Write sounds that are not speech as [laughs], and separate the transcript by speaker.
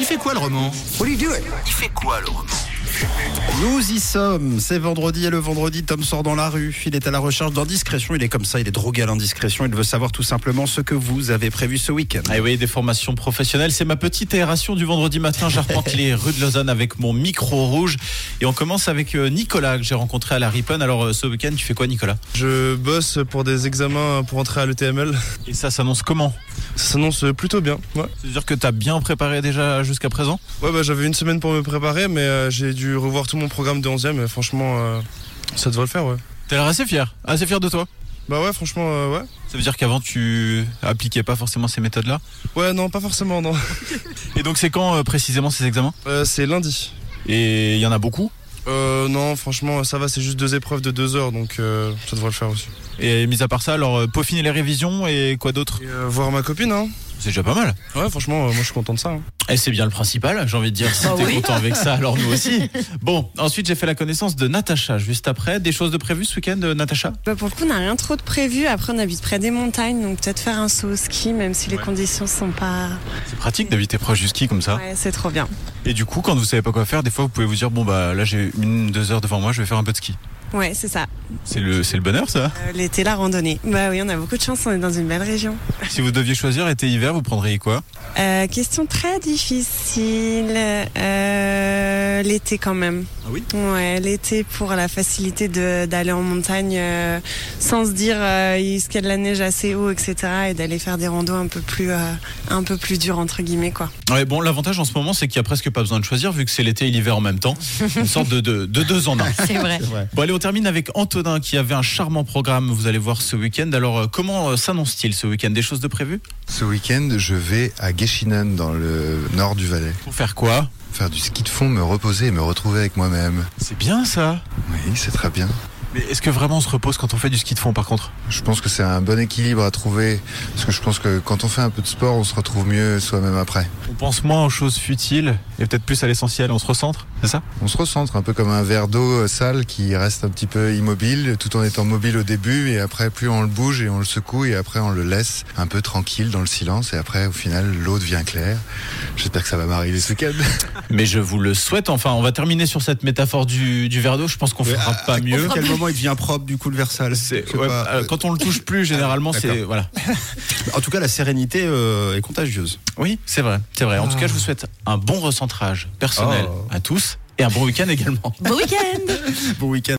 Speaker 1: Il fait quoi le roman
Speaker 2: Il fait quoi le roman
Speaker 1: Nous y sommes. C'est vendredi et le vendredi, Tom sort dans la rue. Il est à la recherche d'indiscrétion. Il est comme ça, il est drogué à l'indiscrétion. Il veut savoir tout simplement ce que vous avez prévu ce week-end.
Speaker 3: Ah oui, des formations professionnelles. C'est ma petite aération du vendredi matin. J'arpente les rues de Lausanne avec mon micro rouge. Et on commence avec euh, Nicolas que j'ai rencontré à la Ripon. Alors euh, ce week-end, tu fais quoi Nicolas
Speaker 4: Je bosse pour des examens pour entrer à l'ETML.
Speaker 3: Et ça s'annonce comment
Speaker 4: Ça s'annonce euh, plutôt bien. Ouais,
Speaker 3: C'est-à-dire que t'as bien préparé déjà jusqu'à présent
Speaker 4: ouais bah, j'avais une semaine pour me préparer, mais euh, j'ai dû revoir tout mon programme de 11e. Et franchement, euh, ça devrait le faire, ouais.
Speaker 3: T'as l'air assez fier, assez fier de toi.
Speaker 4: Bah ouais, franchement, euh, ouais.
Speaker 3: Ça veut dire qu'avant, tu appliquais pas forcément ces méthodes-là.
Speaker 4: Ouais, non, pas forcément, non. [laughs]
Speaker 3: Et donc c'est quand euh, précisément ces examens
Speaker 4: Euh, c'est lundi.
Speaker 3: Et il y en a beaucoup
Speaker 4: Euh, non, franchement, ça va, c'est juste deux épreuves de deux heures, donc euh, ça devrait le faire aussi.
Speaker 3: et mis à part ça, alors euh, peaufiner les révisions et quoi d'autre
Speaker 4: Et, euh, voir ma copine, hein.
Speaker 3: C'est déjà pas mal.
Speaker 4: Ouais, franchement, euh, moi je suis content de ça. hein.
Speaker 3: Et Eh, c'est bien le principal, j'ai envie de dire. Si
Speaker 5: Ah
Speaker 3: t'es content avec ça, alors nous
Speaker 5: [laughs]
Speaker 3: aussi. Bon, ensuite j'ai fait la connaissance de Natacha juste après. Des choses de prévues ce week-end, euh, Natacha
Speaker 6: Bah, pour le coup, on n'a rien trop de prévu. Après, on habite près des montagnes, donc peut-être faire un saut au ski, même si les conditions sont pas.
Speaker 3: C'est pratique d'habiter proche du ski comme ça.
Speaker 6: Ouais, c'est trop bien.
Speaker 3: Et du coup, quand vous savez pas quoi faire, des fois vous pouvez vous dire bon bah là j'ai une deux heures devant moi, je vais faire un peu de ski.
Speaker 6: Ouais, c'est ça.
Speaker 3: C'est le c'est le
Speaker 5: [laughs]
Speaker 3: bonheur ça.
Speaker 6: Euh, L'été, la randonnée. Bah oui, on a beaucoup de chance, on est dans une belle région.
Speaker 3: Si vous deviez choisir été hiver, vous prendriez quoi
Speaker 6: Euh, question très difficile. Euh, l'été, quand même.
Speaker 3: Ah oui
Speaker 6: Ouais, l'été pour la facilité de- d'aller en montagne euh, sans se dire euh, est-ce qu'il y a de la neige assez haut, etc. Et d'aller faire des randos un peu plus, euh, un peu plus durs, entre guillemets, quoi.
Speaker 3: Ouais bon l'avantage en ce moment c'est qu'il y a presque pas besoin de choisir vu que c'est l'été et l'hiver en même temps. Une sorte de de, de deux en un.
Speaker 5: [laughs] C'est vrai.
Speaker 3: Bon allez on termine avec Antonin qui avait un charmant programme. Vous allez voir ce week-end. Alors euh, comment euh, s'annonce-t-il ce week-end Des choses de prévues
Speaker 2: Ce week-end, je vais à Guéchinen, dans le nord du Valais,
Speaker 3: Pour faire quoi
Speaker 2: faire du ski de fond, me reposer et me retrouver avec moi-même.
Speaker 3: C'est bien ça.
Speaker 2: Oui, c'est très bien.
Speaker 3: Mais est-ce que vraiment on se repose quand on fait du ski de fond par contre
Speaker 2: Je pense que c'est un bon équilibre à trouver, parce que je pense que quand on fait un peu de sport, on se retrouve mieux soi-même après.
Speaker 3: On pense moins aux choses futiles et peut-être plus à l'essentiel, on se recentre, c'est ça
Speaker 2: On se recentre un peu comme un verre d'eau euh, sale qui reste un petit peu immobile, tout en étant mobile au début, et après plus on le bouge et on le secoue, et après on le laisse un peu tranquille dans le silence, et après au final l'eau devient claire. J'espère que ça va m'arriver ce week-end.
Speaker 3: Mais je vous le souhaite, enfin on va terminer sur cette métaphore du, du verre d'eau, je pense qu'on fera
Speaker 1: ah,
Speaker 3: pas mieux.
Speaker 1: À quel moment il devient propre du coup le versal
Speaker 3: C'est-
Speaker 1: Je sais
Speaker 3: ouais,
Speaker 1: pas.
Speaker 3: euh, quand on le
Speaker 1: [laughs]
Speaker 3: touche plus généralement c'est
Speaker 1: D'accord.
Speaker 3: voilà.
Speaker 1: En tout cas, la sérénité euh, est contagieuse.
Speaker 3: Oui, c'est vrai, c'est vrai. En tout cas, je vous souhaite un bon recentrage personnel
Speaker 1: Oh.
Speaker 3: à tous et un bon week-end également.
Speaker 5: Bon week-end
Speaker 1: Bon week-end.